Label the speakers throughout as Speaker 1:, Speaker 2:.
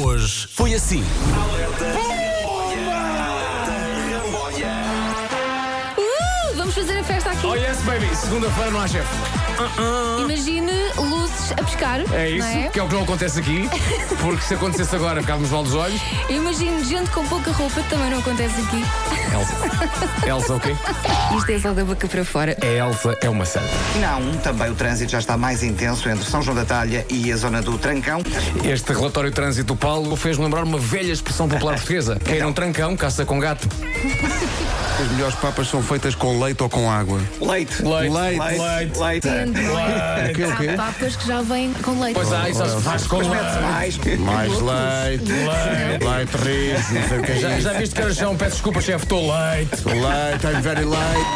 Speaker 1: hoje foi assim.
Speaker 2: Uh, vamos fazer a festa aqui.
Speaker 3: Oh yes, baby, segunda-feira não há chefe.
Speaker 2: Imagine luzes a pescar.
Speaker 3: É isso,
Speaker 2: Não é?
Speaker 3: que é o que não acontece aqui, porque se acontecesse agora ficávamos mal dos olhos.
Speaker 2: Imagine gente com pouca roupa, também não acontece aqui.
Speaker 3: Elsa. Elsa, o quê?
Speaker 2: Isto é só da boca para fora.
Speaker 3: A Elsa é uma santa.
Speaker 4: E na A1 também o trânsito já está mais intenso entre São João da Talha e a zona do Trancão.
Speaker 3: Este relatório de trânsito do Paulo fez-me lembrar uma velha expressão popular portuguesa. Quem não trancão, caça com gato.
Speaker 5: As melhores papas são feitas com leite ou com água.
Speaker 4: Leite.
Speaker 3: Leite.
Speaker 4: Leite. Leite.
Speaker 2: Há
Speaker 5: O quê, é o quê?
Speaker 2: papas que já vêm com leite.
Speaker 3: Pois há, isso só se faz com
Speaker 4: Mete-se
Speaker 3: leite.
Speaker 4: mais.
Speaker 5: Mais leite, leite, leite rico, não sei o que é
Speaker 3: Já, já viste que era chão? Peço desculpa, chefe, estou leite.
Speaker 5: isso. Leite, I'm very light.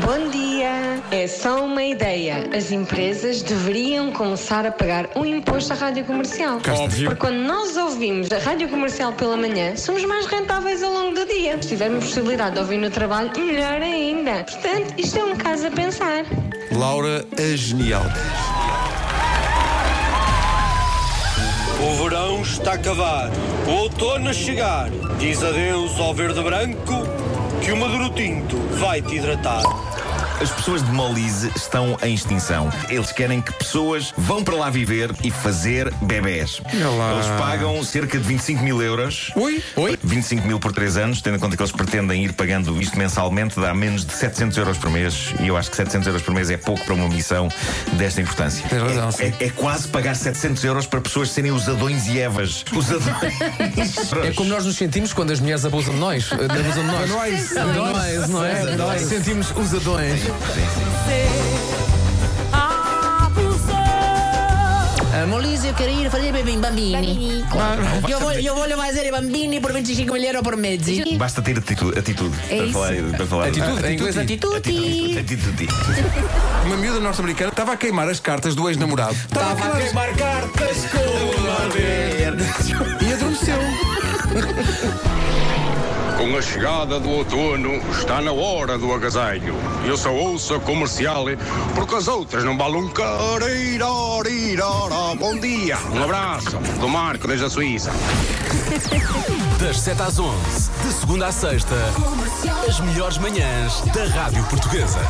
Speaker 6: Bom dia! É só uma ideia. As empresas deveriam começar a pagar um imposto à rádio comercial.
Speaker 3: Óbvio.
Speaker 6: Porque quando nós ouvimos a rádio comercial pela manhã, somos mais rentáveis ao longo do dia. Se tivermos possibilidade de ouvir no trabalho, melhor ainda. Portanto, isto é um caso a pensar.
Speaker 5: Laura, a genial.
Speaker 7: O verão está a acabar, o outono a chegar. Diz adeus ao verde branco que o maduro tinto vai te hidratar.
Speaker 8: As pessoas de Molise estão em extinção. Eles querem que pessoas vão para lá viver e fazer bebés.
Speaker 5: lá.
Speaker 8: Eles pagam cerca de 25 mil euros.
Speaker 3: Ui, ui.
Speaker 8: 25 mil por 3 anos, tendo em conta que eles pretendem ir pagando isto mensalmente, dá menos de 700 euros por mês. E eu acho que 700 euros por mês é pouco para uma missão desta importância.
Speaker 5: Tens razão,
Speaker 8: é,
Speaker 5: sim.
Speaker 8: é- é quase pagar 700 euros para pessoas serem os Adões e Evas. Os Adões.
Speaker 3: É como nós nos sentimos quando as mulheres abusam de nós. eh, Abusam de nós.
Speaker 5: Nós.
Speaker 3: Nós, não é? Nós sentimos os adões.
Speaker 9: Amor Liz, eu quero ir fazer bambini. bambini. Eu, vou, eu vou fazer bambini por 25 mil euros por mese.
Speaker 8: Basta ter atitude, atitude
Speaker 2: É
Speaker 8: para,
Speaker 2: isso.
Speaker 8: falar, para falar.
Speaker 3: Atitude, em inglês é atitude.
Speaker 8: Atitude, atitude.
Speaker 5: Uma miúda norte-americana estava a queimar as cartas do ex-namorado. Estava a queimar.
Speaker 3: cartas com uma
Speaker 5: E adormeceu.
Speaker 10: Com a chegada do outono, está na hora do agasalho. Eu só ouço a comercial, porque as outras não balam carirarirar. Bom dia, um abraço do Marco desde a Suíça.
Speaker 1: Das 7 às 11, de segunda à sexta, as melhores manhãs da Rádio Portuguesa.